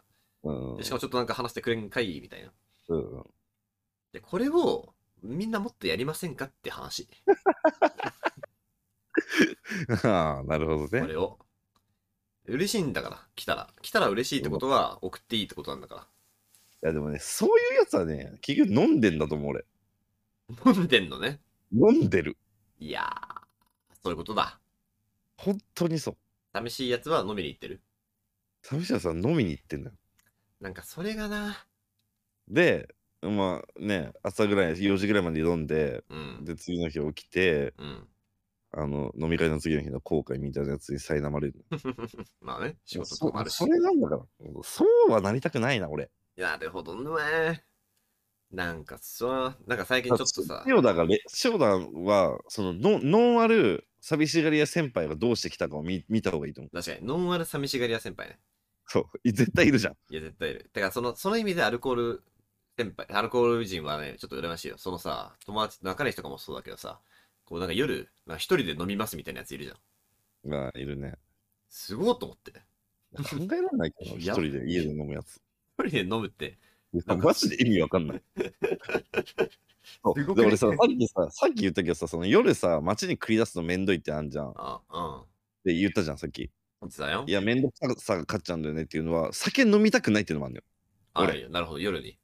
A: うん
B: で。しかもちょっとなんか話してくれんかいみたいな。
A: うん
B: で、これをみんなもっとやりませんかって話。
A: ああ、なるほど
B: こ
A: ね。
B: れを。嬉しいんだから、来たら。来たら嬉しいってことは送っていいってことなんだか
A: いや、でもね、そういうやつはね、結局飲んでんだと思う、俺。
B: ら。飲んでんのね。
A: 飲んでる。
B: いやー、そういうことだ。
A: 本当にそう。
B: 寂しいやつは飲みに行ってる。
A: 寂しがりさん飲みに行ってんだよ。
B: なんかそれがな。
A: で、まあね、朝ぐらい、4時ぐらいまで飲んで、
B: うん。
A: で、次の日起きて、
B: うん。
A: あの、飲み会の次の日の後悔みたいなやつに苛まれる。
B: まあね、仕事と
A: そ
B: かもあるし
A: そ。れなんだから。そうはなりたくないな、俺。
B: なるほどね。なんかそう、なんか最近ちょっとさ、
A: 塩田がれ、塩田は、そのノン、ノンアル、寂しがり屋先輩がどうしてきたかを見見た方がいいと思う。
B: 確かにノンアル寂しがり屋先輩ね。
A: そう、 い絶対いるじゃん。
B: いや、絶対いる。てか、その、その意味でアルコール先輩、アルコール人はね、ちょっと羨ましいよ。そのさ、友達、仲いい人とかもそうだけどさ、こうなんか夜、なんか一人で飲みますみたいなやついるじゃん。
A: が、いるね。
B: すごいと思って。
A: 考えられないけど、
B: い
A: 一
B: や
A: 人で家で飲むやつ。
B: 一人で飲むって、
A: いや
B: なんか
A: マジで意味わか んない。そう
B: すごく
A: で
B: ね
A: 俺さ、さっきさ、さっき言ったけどさ、その夜さ、街に繰り出すのめんどいってあんじゃん。っ
B: あ、うん。
A: て言ったじゃん、さっき。
B: 本当だよ
A: い。や、めんどくささが勝っちゃうんだよねっていうのは、酒飲みたくないっていうのもあるんだよ。
B: あ
A: 俺
B: いやなるほど、夜に。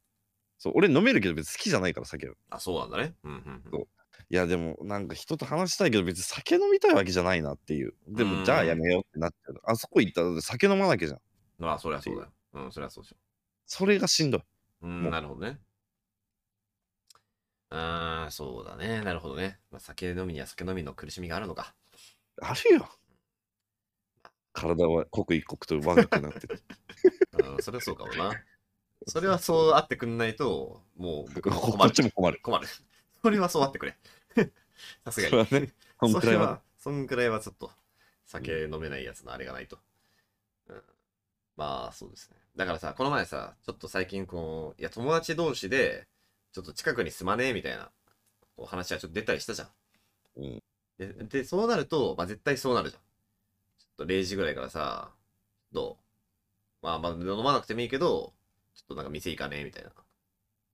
A: そう、俺飲めるけど別に好きじゃないから、酒は。
B: あ、そうなんだね。うんうんうん。
A: そういや、でも、なんか人と話したいけど、別に酒飲みたいわけじゃないなっていう。で
B: うん
A: も、じゃあやめようってなっちゃう。あそこ行ったらだって酒飲まなきゃじゃん。
B: まあ、そりゃそうだよ。うん、そりゃそうでしょ。
A: それがしんどい。
B: うん、
A: もう
B: なるほどね。ああ、そうだね。なるほどね。まあ、酒飲みには酒飲みの苦しみがあるのか。
A: あるよ。体は刻一刻と若くなってて
B: うん、それはそうかも な。 それはそうあってくんないと、もう僕 も
A: こ
B: 困
A: っち
B: る。
A: も困る。
B: 困る。それはそうあってくれ。 さすがに。
A: それはねこんくらいは。
B: そんくらいはちょっと酒飲めないやつのあれがないと。うん、まあそうですね。だからさ、この前さ、ちょっと最近こう、いや友達同士で、ちょっと近くに住まねえみたいなこう話はちょっと出たりしたじゃん。
A: うん
B: で、でそうなると、まあ絶対そうなるじゃん。ちょっと0時ぐらいからさ、どうまあまあ飲まなくてもいいけど、ちょっとなんか店行かねえみたいな。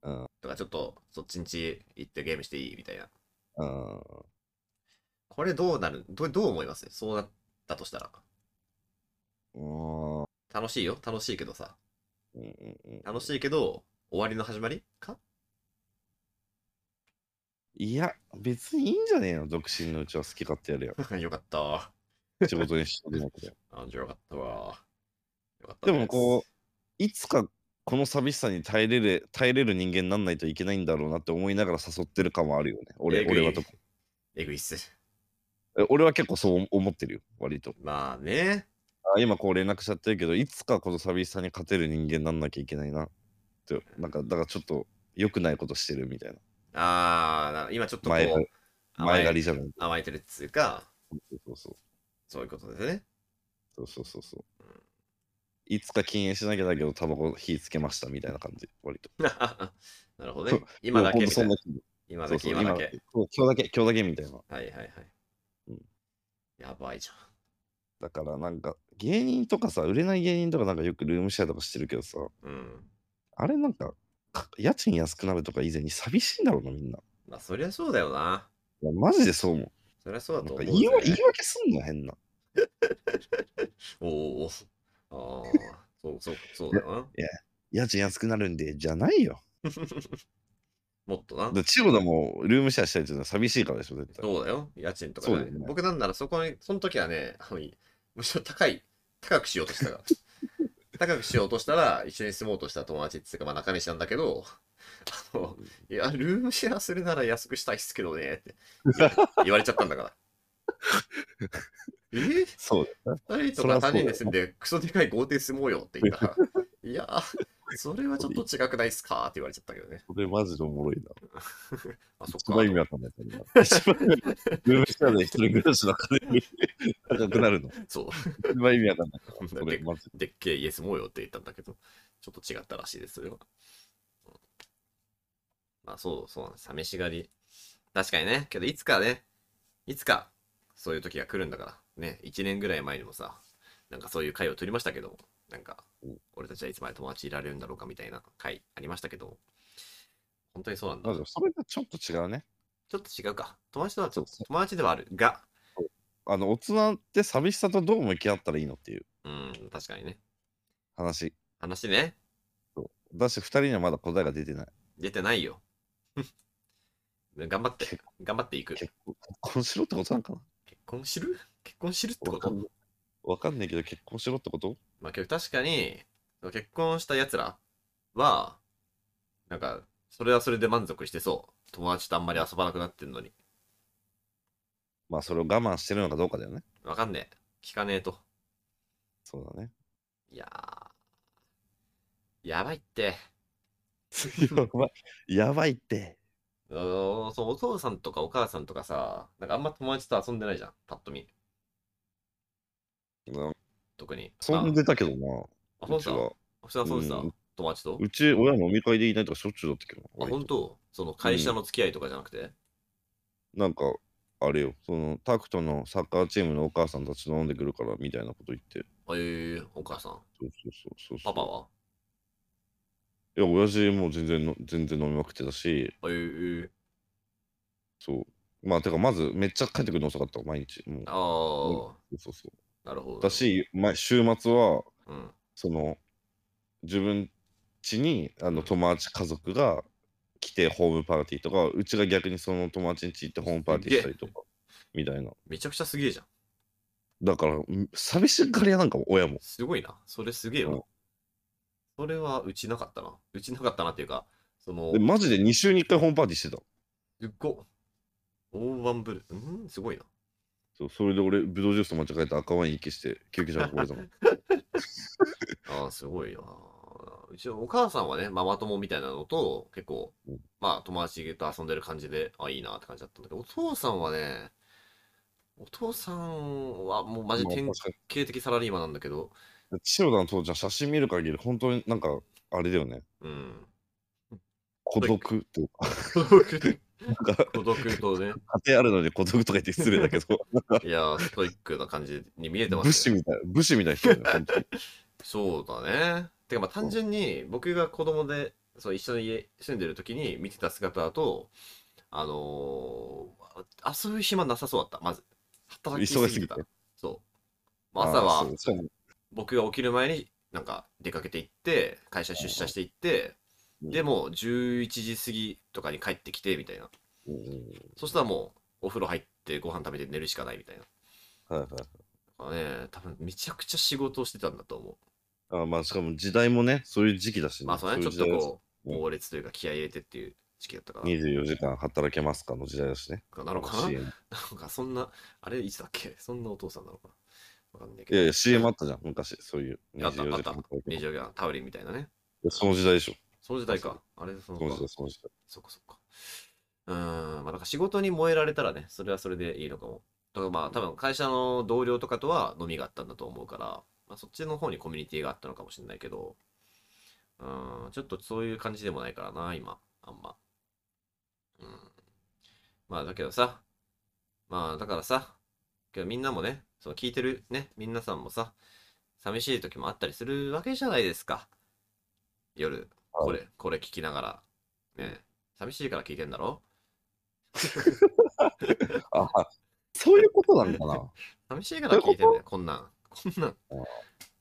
A: うん
B: とかちょっとそっちんち行ってゲームしていいみたいな。
A: うん
B: これどうなるどうどう思いますそうなったとしたら。
A: うん
B: 楽しいよ楽しいけどさ。
A: うんうん
B: 楽しいけど、終わりの始まりか
A: いや、別にいいんじゃねえの、独身のうちは好き勝手やる
B: よかったわ。
A: よ。仕事にしてなくて。
B: あじゃあよかったわ。よかった
A: でもこう、いつかこの寂しさに耐えれる、耐えれる人間になんないといけないんだろうなって思いながら誘ってる感はあるよね。
B: え
A: 俺
B: ぐい
A: 俺はとか。
B: う。えぐいっす。
A: え俺は結構そう思ってるよ、割と。
B: まあね。
A: あ今こう連絡しちゃってるけど、いつかこの寂しさに勝てる人間になんなきゃいけないなって、なんか、だからちょっと良くないことしてるみたいな。
B: あーな、今ちょっとこ
A: 前が
B: う、甘
A: 前
B: え
A: 借りじゃない。
B: 甘えてるっつうか、
A: そうそう
B: そういうことですね。
A: そうそうそうそう。いつか禁煙しなきゃだけど、タバコ火つけましたみたいな感じ、割と。
B: なるほど
A: そ
B: ね。今だけ
A: もうほんと
B: みた
A: そ
B: い
A: ん
B: な
A: な。気分
B: 今
A: そ
B: だ
A: うそう今だ
B: け、今だけ
A: け。。そう今日だけ、今日だけみたいな。
B: はいはいはい。
A: うん
B: やばいじゃ
A: だからなんか、芸人とかさ、売れない芸人とかなんかよくルームシェアとかしてるけどさ、
B: ん。うん。
A: あれなんか、か家賃安くなるとか以前に寂しいんだろうな、みんな。
B: まあそりゃそうだよな。
A: いやマジでそう思う。
B: そりゃそうだ
A: な
B: と
A: ん
B: 思
A: か言
B: うぜ。
A: いわ言い訳すんの、変な。
B: おおおお。ああ、そうそう、そうだよな。
A: 家賃安くなるんで、じゃないよ。
B: もっとな
A: だか。ら千代田もルームシェアしたいっていうのは寂しいからでしょ、絶対。
B: そうだよ。家賃とか
A: そう
B: ね
A: だよね
B: 僕なんならそこに、その時はね、あのむしろ高い、高くしよう としたから。高くしようとしたら、一緒に住もうとした友達っていうか、まあ中西なんだけど、あの、いや、ルームシェアするなら安くしたいっすけどね、って言わ言われちゃったん だから。えー
A: そうだよな。
B: 二人と
A: そり
B: か
A: ゃそう
B: 三
A: だよ
B: 人で住んで、クソでかい豪邸住もうよって言ったら、いやー、それはちょっと違くないっすかって言われちゃったけどね。
A: これマジでおもろいな。
B: あ、そっ
A: 一番意
B: か。
A: 味わかんないから今。一番 意味わかんないルームシェアで一人暮らしの金に高くなるの。
B: そう。
A: 一番意味わかんない から。これマジで
B: でっけえイエスもうよって言ったんだけど、ちょっと違ったらしいです、それは。うんまあそうそうなんです。寂しがり。確かにね。けどいつかね、いつかそういう時が来るんだから。ね、1年ぐらい前にもさ、なんかそういう回を取りましたけども、なんか
A: うん、
B: 俺たちはいつまで友達いられるんだろうかみたいな回ありましたけども、本当にそうなんだ
A: まあ。でもそれがちょっと違うね。
B: ちょっと違うか。友達とはちょっ
A: そ
B: と
A: う
B: 友達ではあるが、
A: あの、大人って寂しさとどう向き合ったらいいのっていう
B: うん、確かにね。
A: 話。
B: 話ね、
A: だし、二人にはまだ答えが出てない。
B: 出てないよ。 頑張って、頑張っていく。
A: 結婚しろってことなんかな
B: 結婚知る結婚知るってこ
A: わか
B: と
A: んないわかんないけど、結婚しろってこと
B: まあけど確かに、結婚した奴らは、なんか、それはそれで満足してそう。友達とあんまり遊ばなくなってんのに。
A: まあ、それを我慢してるのかどうかだよね。
B: わかんねえ。聞かねえと。
A: そうだ ね。
B: いやー。やばいって。
A: やばい。やばいって。
B: うーんそうお父さんとかお母さんとかさ、なんかあんま友達と遊んでないじゃん。パッと見。
A: な
B: 特に。
A: そんでたけどな。
B: あ、あそう
A: うちは
B: さ。。普通はそうさ
A: うん。
B: 友達と
A: うち、親飲み会でいないとかしょっちゅうだったけど
B: あ、
A: な。
B: 本当その会社の付き合いとかじゃなくて
A: なんか、あれよ、その、タクトのサッカーチームのお母さんたち飲んでくるからみたいなこと言って。
B: えー、お母さん。
A: そうそうそうそうそう。
B: パパはい
A: や、親父も全然の、全然飲みまくってたし、
B: えー、
A: そう。まあ、てか、まず、めっちゃ帰ってくるの遅かった、毎日。もう
B: ああ、
A: そうそ
B: なるほど。
A: う。だ、し、ま、週末は、
B: うん、
A: その、自分家に、あの、友達、家族が来て、ホームパーティーとか、うちが逆にその友達に家行って、ホームパーティーしたりとか、みたいな。
B: めちゃくちゃすげえじゃん。
A: だから、ん寂しがり屋なんかも、親も。
B: すごいな。それすげえ
A: うん
B: わ。それはうちなかったな。うちなかったなっていうか、その
A: で、、マジで2週に1回ホームパーティーしてた。
B: すっご。大盤振る。うん、すごいな。
A: そうそれで俺、ブドウジュースと間違えて赤ワイン行きして、救急車運ばれたもん。
B: ああ、すごいな。うちのお母さんはね、ママ友みたいなのと、結構
A: うん、
B: まあ、友達と遊んでる感じで、あ、いいなって感じだったんだけど、お父さんはね、お父さんはもう マジ
A: まあ
B: 典
A: 確か
B: 型的サラリーマンなんだけど、
A: に千代田の父ちゃん、写真見る限り、本当になんか、あれだよね。
B: うん。
A: 孤独っていうか、
B: 孤独
A: なんか、
B: 孤独とね、
A: 家庭あるのに孤独とか言って失礼だけ ど、なんか
B: いやー、ストイックな感じに見えて ま
A: 武
B: す
A: 士
B: よ。
A: みたいな、武士みたいな人だ よね、本当に。
B: そうだね。てかまあ単純に僕が子供でそう一緒に家住んでる時に見てた姿と、あのー、遊ぶ暇なさそうだった、まず。働きすぎて
A: 忙しすぎ
B: た
A: て。
B: そう。まあ朝は
A: あーそうそう
B: 僕が起きる前になんか出かけて行って、会社出社して行って、
A: うん
B: でもう11時過ぎとかに帰ってきてみたいな。
A: うん
B: そしたらもうお風呂入ってご飯食べて寝るしかないみたいな。
A: はいはい。
B: だからね、多分めちゃくちゃ仕事をしてたんだと思う。
A: あまあ、しかも時代もね、そういう時期だしね。
B: まあそうね、
A: い
B: ちょっとこう、
A: うん
B: 猛烈というか気合い入れてっていう時期だったから、
A: 時代だし24時間働けますかの時代だしね。
B: なのかな
A: CM
B: なんかそんな、あれいつだっけそんなお父さんなのかなわかんない
A: い
B: けど。
A: やいや、CM あったじゃん、昔。そういう
B: あったあっ
A: 24時間
B: た
A: 働けます
B: 24時間タウリンみたいなね。
A: その時代でしょ。
B: その時代か。あれその
A: その時
B: か
A: 代、。その時代。
B: そっかそっか。うーん、まあなんか仕事に燃えられたらね、それはそれでいいのかも。だからまあ多分会社の同僚とかとは飲みがあったんだと思うから、まあ、そっちの方にコミュニティがあったのかもしれないけど、うーん、ちょっとそういう感じでもないからな、今、あんま。うん。まあだけどさ、まあだからさ、けどみんなもね、その聞いてるね、みんなさんもさ、寂しい時もあったりするわけじゃないですか。夜、これ、これ聞きながら、ね、寂しいから聞いてんだろ
A: あそういうことなんだ な。
B: 寂しいから聞いてん
A: どう
B: だよ、こんなん。こんなん
A: あー。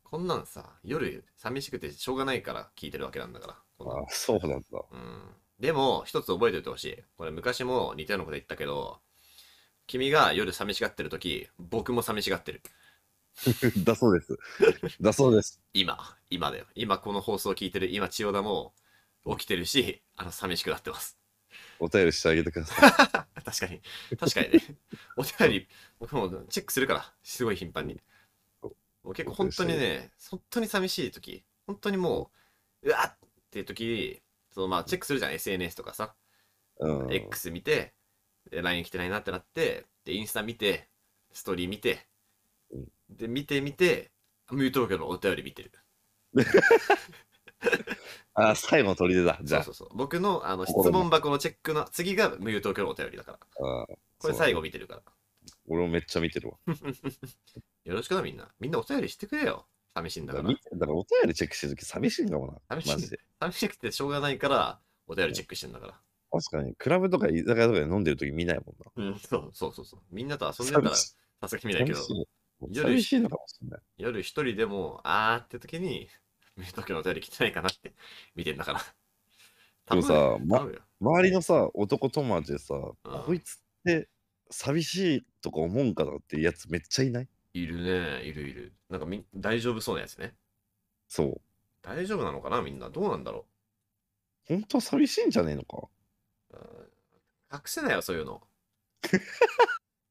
B: こんなんさ、夜寂しくてしょうがないから聞いてるわけなんだから。こんなん
A: あそうなんだ。
B: うん、でも、一つ覚えておいてほしい。これ昔も似たようなこと言ったけど、君が夜寂しがってるとき、僕も寂しがってる。
A: だそうです。だそうです。
B: 今、今だよ。今この放送を聞いてる今、千代田も起きてるし、あの、寂しくなってます。
A: お便りしてあげてください。
B: 確かに。確かにね。お便り、僕もチェックするから、すごい頻繁に。もう結構本当にね、本当に寂しい時、本当にもう、うわっっていう時、そのまあチェックするじゃん、SNS とかさ。
A: うん。
B: X 見て、で LINE 来てないなってなって、で、インスタ見て、ストーリー見て
A: うん、
B: で、見て見て、無東京のお便り見てる。
A: あ最後の砦だ。じゃあ。
B: そうそうそう。僕のあの質
A: 心の
B: 問箱のチェックの次が無東京のお便りだから。
A: あー
B: これ最後見てるから。
A: 俺もめっちゃ見てるわ。
B: よろしくな、みんな。みんなお便りしてくれよ。寂しいん
A: だ
B: だ
A: か
B: からら
A: 見。てだからお便りチェックしてるとき寂しいんかもな。マ
B: 寂しい
A: ジで。
B: 寂しくてしょうがないから、お便りチェックしてんだから。
A: 確かに、クラブとか居酒屋とかで飲んでるとき見ないもんな。
B: うん、そうそうそうそう。みんなと遊んでた
A: 寂
B: ら、さ
A: し
B: すがに見ないけど、
A: 寂しい
B: 夜
A: 寂しいのかもしれない。
B: 夜一人でも、あーって時に、見る時のお便り来てないかなって見てんだから。
A: でも
B: 頼むよ、
A: さ、ま
B: 頼むよ
A: 周りのさ、男友達でさ、こいつって寂しいとか思うんかなってやつめっちゃいない
B: いるね、いるいる。なんかみ大丈夫そうなやつね。
A: そう。
B: 大丈夫なのかな、みんな。どうなんだろ
A: 本当は寂しいんじゃねえのか
B: う。うん隠せないよ、そういうの。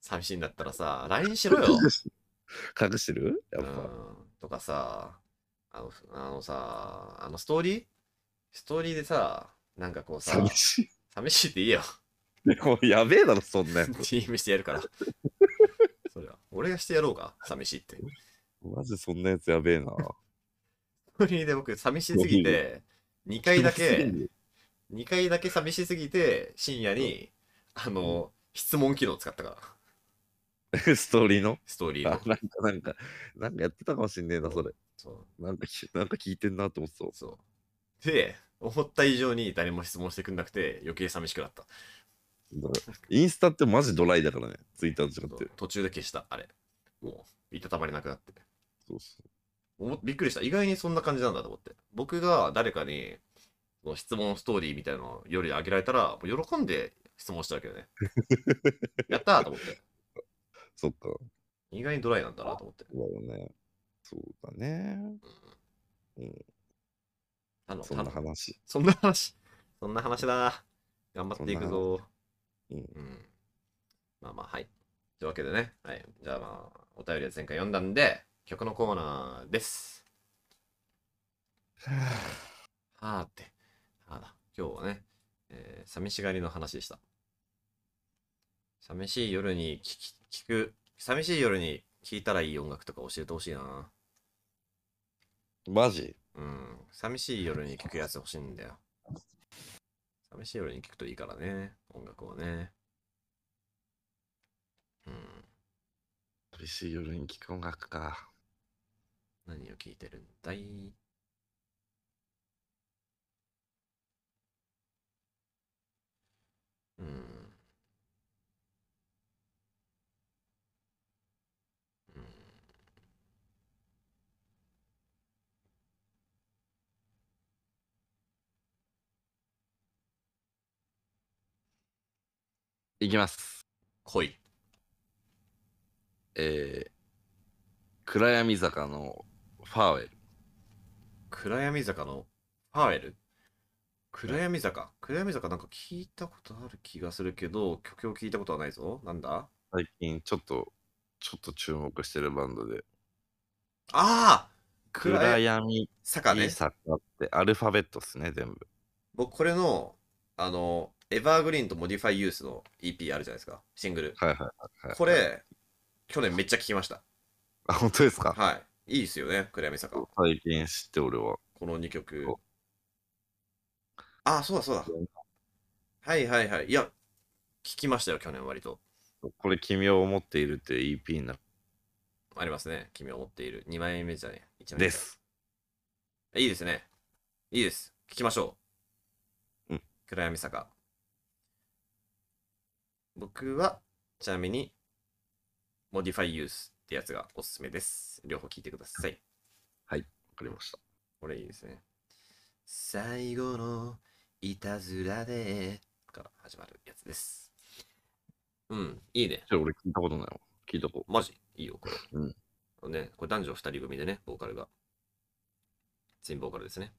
B: 寂しいんだったらさ、LINE しろよ。
A: 隠してるやっぱ。
B: うんとかさあのあのさあのストーリーストーリーでさなんかこうさ
A: 寂しい。
B: 寂しいって言えよ
A: でもやべえだろ、そんなやつ。
B: DM してやるからそれは俺がしてやろうか寂しいってス
A: マジそんなやつやべえな。
B: トーリーで僕寂しすぎて2回だけ
A: 寂しい
B: 2回だけ寂しすぎて深夜にあの質問機能使ったから
A: ストーリーの
B: ストーリー
A: あ
B: の、
A: なんか、なんか、なんかやってたかもしんねえな、それ。
B: そう
A: なんか、なんか聞いてんなって思ってたわ。
B: そうで思った以上に誰も質問してくんなくて余計寂しくなった
A: だからインスタってマジドライだからね、ツイッターと違って。
B: 途中で消したあれもういたたまれなくなって
A: そうそ
B: おもびっくりした意外にそんな感じなんだと思って僕が誰かにその質問ストーリーみたいなのよりあげられたらもう喜んで質問したわけ よねやったーと思って
A: う。そっか。
B: 意外にドライなんだなと思って
A: そうだよね。そうだね。
B: あの
A: そんな
B: た
A: 話。
B: そんな話そんな話だ頑張っていくぞ
A: そんな話うん
B: まあまあはいというわけでね、はい。じゃあまあ、お便りは前回読んだんで、曲のコーナーです。はあって。ああだ。今日はね、えー寂しがりの話でした。寂しい夜に聞き、聞く、寂しい夜に聴いたらいい音楽とか教えてほしいな。
A: マジ
B: うん。寂しい夜に聴くやつ欲しいんだよ。寂しい夜に聴くといいからね。音楽をね。うん。
A: 寂しい夜に聴く音楽か。
B: 何を聴いてるんだいうん。
A: いきます。
B: 恋。
A: えー、暗闇坂のファーウェル。
B: 暗闇坂のファーウェル暗闇坂暗闇坂なんか聞いたことある気がするけど、曲を聞いたことはないぞ。なんだ
A: 最近ちょっと、ちょっと注目してるバンドで。
B: ああ暗
A: 暗
B: 闇
A: 闇
B: 坂ね。
A: 坂ってアルファベットっすね、全部。
B: 僕これの、あの、エバーグリーンとモディファイユースの EP あるじゃないですか。シングル。
A: はいはいはい、はい。
B: こ。れ、去年めっちゃ聞きました。
A: あ、本当ですか
B: はい。いいですよね、暗闇坂。こ
A: 最近知って俺は。
B: の2曲
A: お。
B: あ、そうだそうだ。はいはいはい。いや、聞きましたよ、去年割と。
A: これ君を思っているって EP な
B: ありますね。君を持っている。2枚目じゃね。1枚目
A: で
B: か
A: す。
B: いいですね。いいです。聞きましょう。
A: うん。
B: 暗闇坂。僕は、ちなみに、モディファイユースってやつがおすすめです。両方聞いてください。
A: わかりました。
B: これいいですね。最後のいたずらでから始まるやつです。うん、いいね。
A: ちょ俺聞いたことないわ。聞いとこ
B: マジいいよ、これ。
A: うん
B: ね、これ男女2人組でね、ボーカルが。全員ボーカルですね。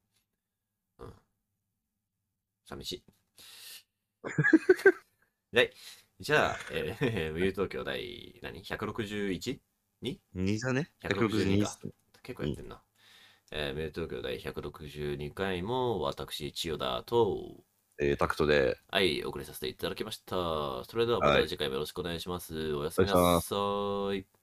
B: うん。寂 しい。はい。じゃあ、えー、 無友東京第何 ?161?
A: う。2じゃね
B: 162
A: ?162
B: か
A: っすね。
B: 結構やってんな。えー、無友東京第162回も、私、千代田と、
A: えー、タクトで。
B: はい、お送りさせていただきました。それではま
A: は
B: た
A: い
B: 次回もよろしくお願いします。おやすみなさい。